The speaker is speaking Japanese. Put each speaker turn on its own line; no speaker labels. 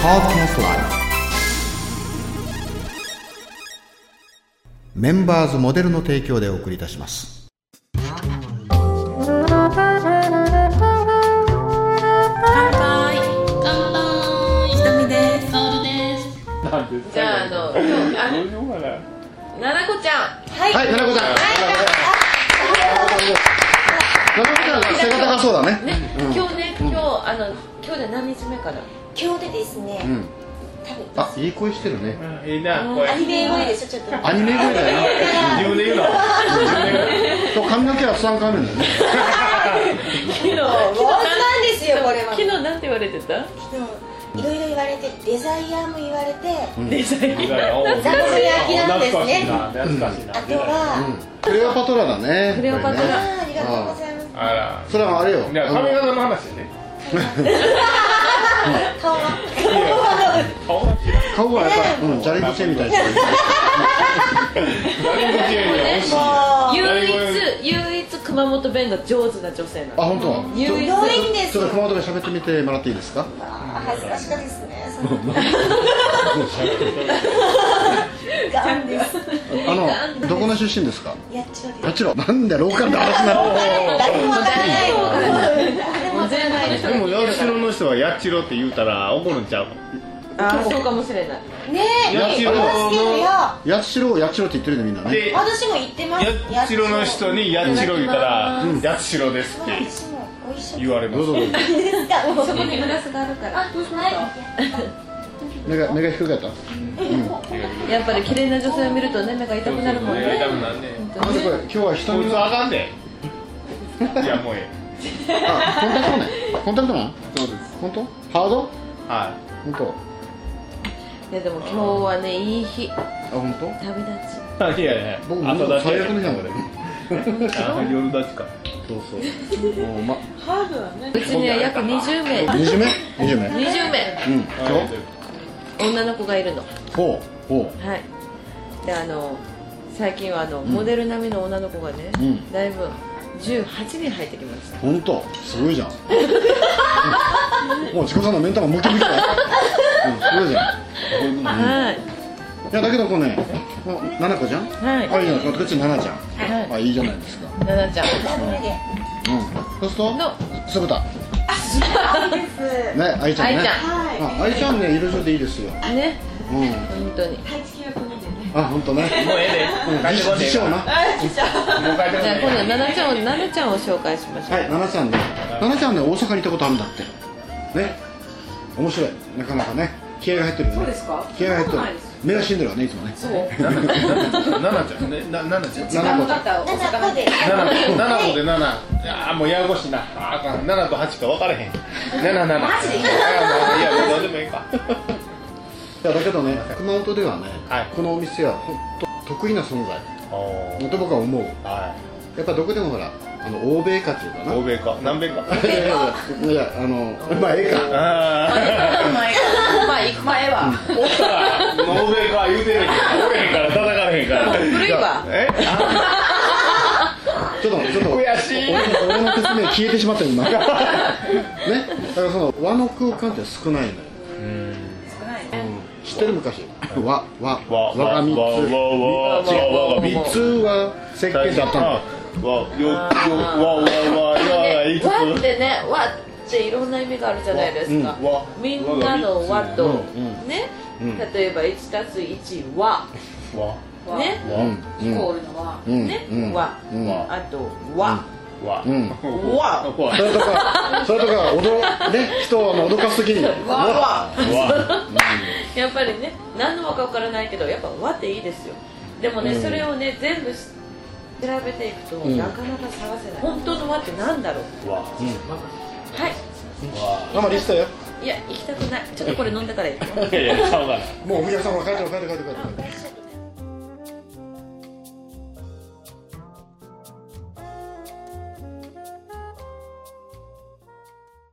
Podcast Live メンバーズモデルの提供でお送りいたします
乾杯
乾杯
ひとみです
カオルです
じゃああの今日あ
どうしようかな。
奈々子ちゃん
はい、ななこちゃんななこちゃん背が高そうだね
ね、今日ね今日あの今日で何日目かな
今日でですね、
うん
多分
あ、いい声してるね
うんいいな、こ
ア
れ。
ニメ声でしょちょっと
アニメ声だよ
自分で言うの。
なそう髪の毛はスワンカーメンだよね
昨日
昨日なんですよこれは
昨日なんて言われてた
昨日いろいろ言われてデザイアーも言われて、
デザイン
自分で言うの。
ザコシ焼きなんですね
懐かしいな。
あと
懐かしいな。
は、
クレオパトラだね
クレオパトラ
これね
あーありがとうございます
あら。
それはあれよ
じゃあ
あの
髪型の話ね。
顔
いや
は
顔が違う。
顔はやっぱり、うん、ジャリンコチェみたいですね
誰も違うよ。美味しい。
も
唯一唯一熊本弁が上手な女性な
あ、
の
本当。
唯
う
一
どういいんです
ちょっ
よ
と熊本で喋ってみてもらっていいですか
あー恥ずかしかですねそんななんです
あの、どこの出身ですか
やっちまう
もちろんなんでローカルな話になってる
誰もわからない誰もわからない
でも八代の人は八代って言うたら怒るんちゃう。
あそうかもしれない
ねえ
やっちまう
私けどよ
八代を八代って言ってるねみんなね
で、
私も言ってます
八代の人に八代言うたら八代ですって
私もお一緒
言われ
ど
ま
うぞ
す。
どうぞ
いいですか
そこにグラスがあるから
目が目が低かった
やっぱり綺麗な女性を見るとね目が痛くなるもん
やりた
ね
くなんね。
なんでこれ今日は人
こい
に
つあかんで。いやもうえ
あ、コンタクトねコンタクトマン
え。そうです。
本当ハード
は
本当
いやでも今日はねいい日
あ、本当
旅立
い。いやいや。
僕
後出し
最悪の日なんだね
あ夜立ちか。
そうそう もうま、
ちハードだねうちには約20名
二十名二十名うん、
20名
今
女の子がいるの
日ほう、ほう
はいであの最近はあの、モデル並みの女の子がね、
ん
だいぶ18人入ってきました
本当すごいじゃんうんもうチコさんの目ん玉ムキムキだよ、うん、すごいじゃん
はい
いやだけどこうね、もう奈々子ちゃん、
はい
あいいじゃないですか、こっち奈々ちゃん、
はい
あいいじゃないですか、
奈々ちゃん
ダブルで
うん、そうすると
の、
酢豚、ね、愛ちゃんね、
です
愛ち
はい
あ愛ちゃんね、色白でいいですよ、
ね
うん、
本当に
あ本当ね、
もうええ
うん
で。帰ってこ
自
んでええ
称
わ
な、はい、
もう帰ってこ
じ
ん
ゃあ
で
今度
ええわ
奈々ちゃんを奈々ちゃんを紹介しましょう、
奈々ちゃんね、奈々ちゃんね、大阪に行ったことあるんだって、ね、面白い、なかなかね、気合が入ってるよね、そうですか、気合が入ってる、目が死んでるわね、いつもね、
ナナちゃんね、なナナちゃん。ナ
奈々子ちゃん、
7個で
ナナとでナナ。ああもうややこしいな。ああかん。ナナと八か分からへん。ナナナナ。マジで？いやもうどうでもいいか。
いやだけどね、熊本ではね、
はい
このお店は本当得意な存在、
おお
と僕は思う、
は
やっぱどこでもほら、あの欧米化っていうか
い。
な
欧。米か南米か。
いやいや いやあのまあええか
ああ。
まあ行く前は
おったら欧米か言うてるけど、おれへんから叩かれへんから。
古いわ
え？あ
ちょっとちょっと
悔し
俺
い。
の俺の説明消えてしまったよ今ねだからその和の空間って少ないのよ知ってる昔和和
わ
和が三つ
わわわわわが三
三つは石鹸だったの
の。わよよわわわやいくつ？
和ってね和っていろんな意味があるじゃないですか、
うん和
みんなの和と、
うん
ね、
ん
例えば 1+1 和
わ
ね、
うん
イコールの和、
うん
ね、
うん
和、
うん
あと和、
わ
うん
わ
わ
それとかそれとか驚ね人をあの脅かす時に
和
和
わ
やっぱりね何の和か分からないけどやっぱ和っていいですよでもね、それをね全部し調べていくと、
ん
なかなか探せない本当の和ってなんだろう
わ
はい
あんまりしたよ
いや行きたくないちょっとこれ飲んだから行く
いやいやちゃうかな
もうお客様帰って帰って帰って帰って帰って